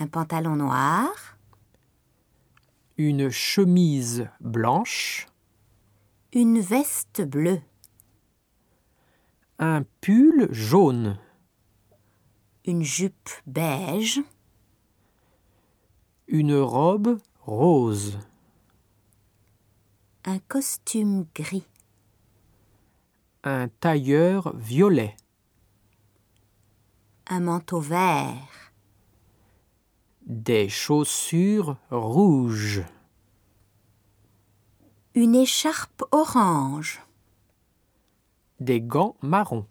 un pantalon noir, une chemise blanche, une veste bleue, un pull jaune, une jupe beige, une robe rose, un costume gris, un tailleur violet, un manteau vert, des chaussures rouges, une écharpe orange. des gants marrons.